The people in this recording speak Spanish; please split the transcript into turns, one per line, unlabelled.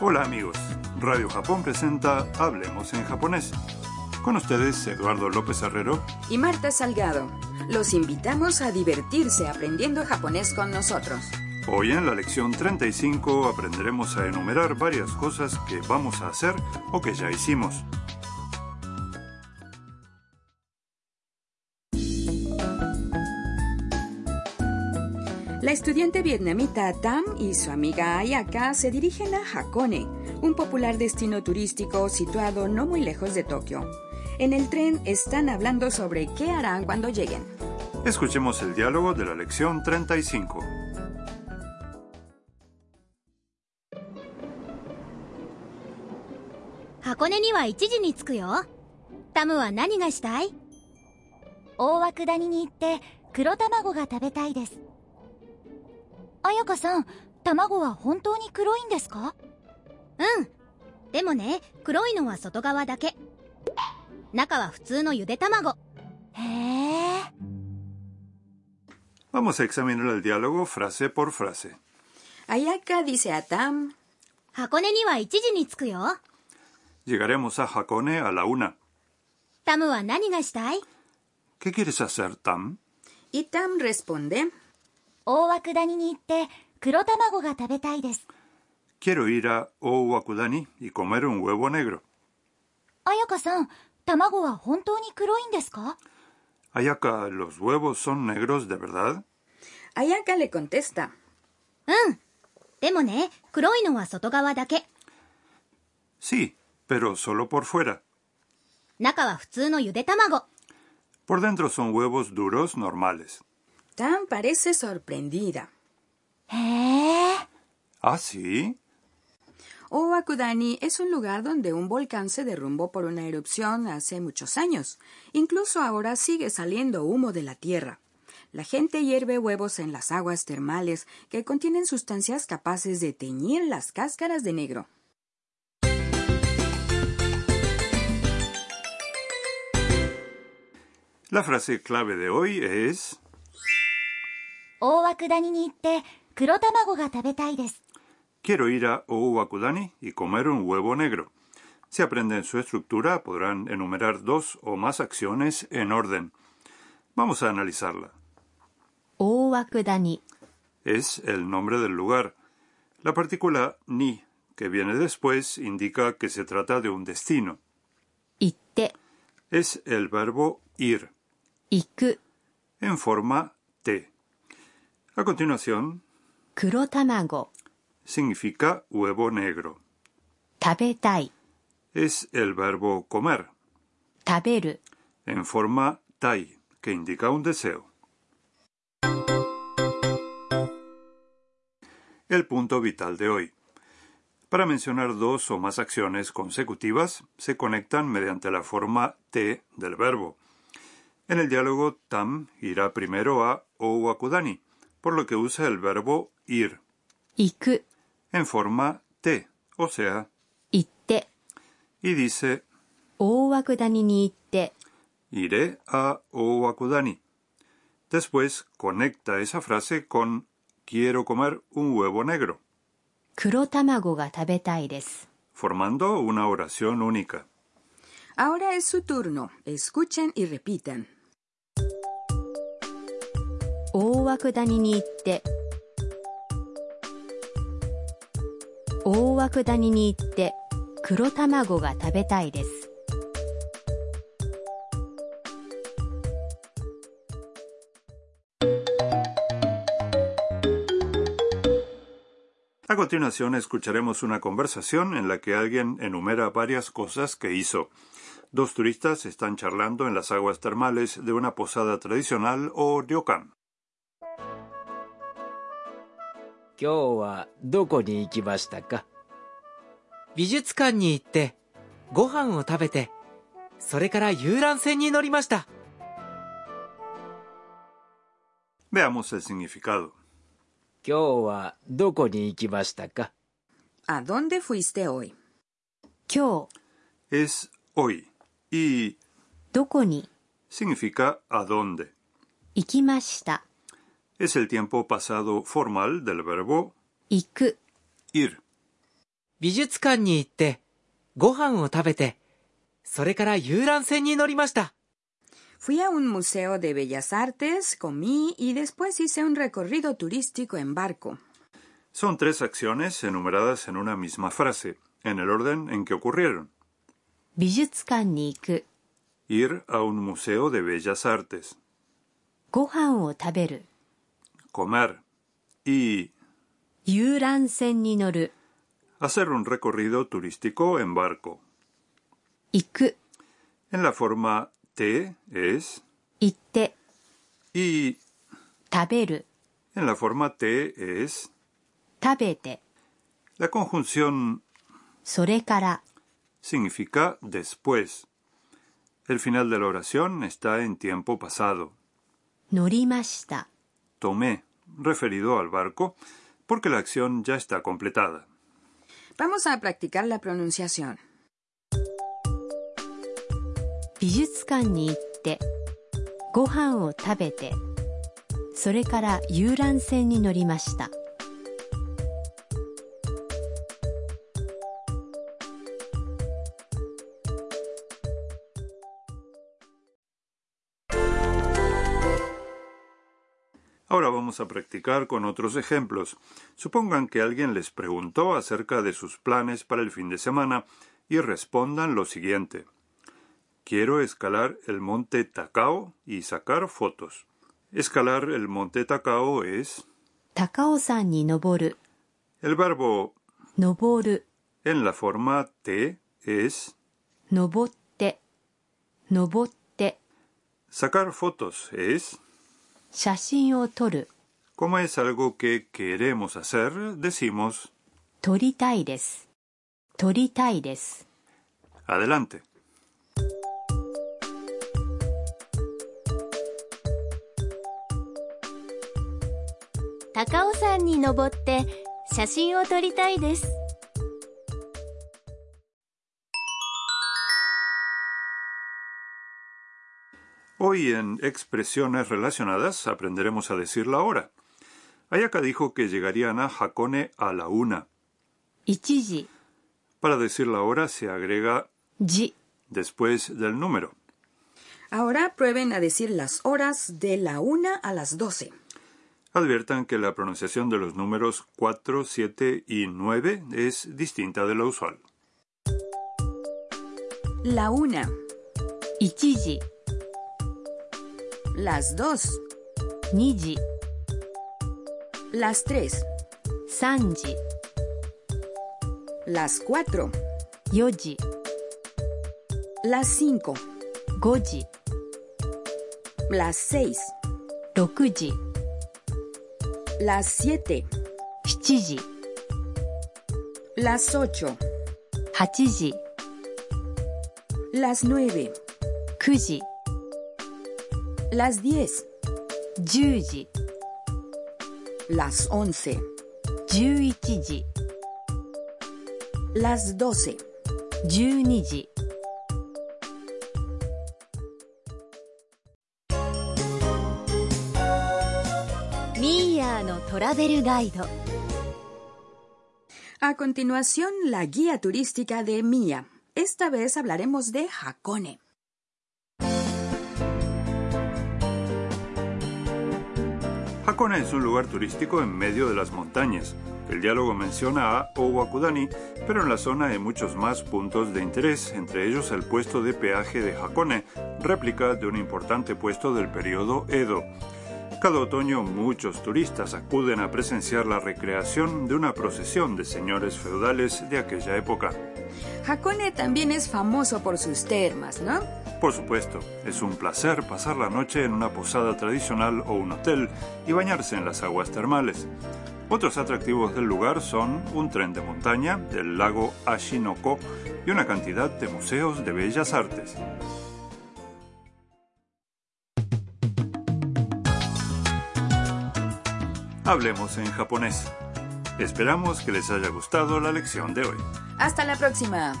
Hola amigos, Radio Japón presenta Hablemos en japonés. Con ustedes Eduardo López Herrero
y Marta Salgado. Los invitamos a divertirse aprendiendo japonés con nosotros.
Hoy en la lección 35 aprenderemos a enumerar varias cosas que vamos a hacer o que ya hicimos.
La estudiante vietnamita Tam y su amiga Ayaka se dirigen a Hakone, un popular destino turístico situado no muy lejos de Tokio. En el tren están hablando sobre qué harán cuando lleguen.
Escuchemos el diálogo de la lección 35.
箱根には1時に着くよタムは何がしたい
大涌谷に行って黒卵が食べたいです彩香さん卵は本当に黒いんですか
うんでもね黒いのは外側だけ中は普通のゆで卵
へえ
Vamos a examinar el diálogo frase por frase.
Ayaka dice a Tam,
箱根には1時に着くよ
Llegaremos a Hakone a la una.
タムは何がしたい
¿Qué quieres hacer, Tam?
y Tam responde,
大涌谷に行って黒卵が食べたいです
Quiero ir a Owakudani y comer un huevo negro.
彩香さん卵は本当に黒いんですか
Ayaka, ¿los huevos son negros de verdad?
Ayaka le contesta,
うんでもね黒いのは外側だけ
Sí, pero solo por fuera.
中は普通のゆで卵
Por dentro son huevos duros normales.
Tam parece sorprendida.
へえ
¿Ah, sí?
Owakudani Oh, es un lugar donde un volcán se derrumbó por una erupción hace muchos años. Incluso ahora sigue saliendo humo de la tierra. La gente hierve huevos en las aguas termales que contienen sustancias capaces de teñir las cáscaras de negro.
La frase clave de hoy es
大涌谷に行って黒卵が食べたいです
Quiero ir a Owakudani y comer un huevo negro. Si aprenden su estructura, podrán enumerar dos o más acciones en orden. Vamos a analizarla.
大涌谷
Es el nombre del lugar. La partícula ni, que viene después, indica que se trata de un destino.
行って
Es el verbo ir,
行く
en forma te. A continuación,
黒卵
significa huevo negro.
食べたい
Es el verbo comer,
食べる
en forma tai, que indica un deseo. El punto vital de hoy. Para mencionar dos o más acciones consecutivas, se conectan mediante la forma te del verbo. En el diálogo, tam irá primero a owakudani, por lo que usa el verbo ir,
行く
en forma te, o sea,
行って
y dice
大涌谷に行って
Iré a Owakudani. Después conecta esa frase con quiero comer un huevo negro,
黒卵が食べたいです
formando una oración única.
Ahora es su turno. Escuchen y repitan.
大涌谷に行って大涌谷に行って黒卵が食べたいです
A continuación escucharemos una conversación en la que alguien enumera varias cosas que hizo. Dos turistas están charlando en las aguas termales de una posada tradicional o ryokan.
今日はどこに行きましたか
美術館に行ってご飯を食べてそれから遊覧船に乗りました
Veamos el significado.
今日はどこに行きましたか
¿A dónde fuiste hoy?
今日
Es hoy y
どこに
significa significa a dónde.
行きました。
Es el tiempo pasado formal del verbo
行く。
ir.
美術館に行って、ご飯を食べて、それから遊覧船に乗りました。
Fui a un museo de bellas artes, comí y después hice un recorrido turístico en barco.
Son tres acciones enumeradas en una misma frase, en el orden en que ocurrieron.
美術館に行く。
Ir a un museo de bellas artes,
ご飯を食べる。
comer y
遊覧船に乗る。
hacer un recorrido turístico en barco.
行く。
En la forma te es
行って。
y
食べる。
en la forma te es
食べて。
la conjunción
それから。
significa después. El final de la oración está en tiempo pasado.
乗りました。
Tomé, referido al barco, porque la acción ya está completada.
Vamos a practicar la pronunciación.
美術館に行って。ご飯を食べて。それから遊覧船に乗りました。
Ahora vamos a practicar con otros ejemplos. Supongan que alguien les preguntó acerca de sus planes para el fin de semana y respondan lo siguiente. Quiero escalar el monte Takao y sacar fotos. Escalar el monte Takao es
高尾山に登る。
el verbo
登る。
en la forma te es
登って。登って。
sacar fotos es
写真を撮る。
como es algo que queremos hacer decimos
撮りたいです。撮りたいです。
adelante.
高尾山に登って写真を撮りたいです
Hoy en expresiones relacionadas aprenderemos a decir la hora. Ayaka dijo que llegarían a Hakone a la una.
1時、
Para decir la hora se agrega
時、
después del número.
Ahora prueben a decir las horas de la 1 a las 12.
Adviertan que la pronunciación de los números 4, 7 y 9 es distinta de la usual.
La 1,
1時、
las 2,
2時、
las 3,
3時、
las 4,
4時、
las 5,
5時、
las 6,
6時、
las 7,
7時、
las 8,
8時、
las 9,
9時、
las 10,
10時、
las 11,
11時、
las 12.
12時。
ミーヤーのトラベルガイド
A continuación, la guía turística de Mía. Esta vez hablaremos de Hakone.
Hakone es un lugar turístico en medio de las montañas. El diálogo menciona a Owakudani, pero en la zona hay muchos más puntos de interés, entre ellos el puesto de peaje de Hakone, réplica de un importante puesto del periodo Edo. Cada otoño muchos turistas acuden a presenciar la recreación de una procesión de señores feudales de aquella época.
Hakone también es famoso por sus termas, ¿no?
Por supuesto, es un placer pasar la noche en una posada tradicional o un hotel y bañarse en las aguas termales. Otros atractivos del lugar son un tren de montaña, el lago Ashinoko y una cantidad de museos de bellas artes. Hablemos en japonés. Esperamos que les haya gustado la lección de hoy.
Hasta la próxima.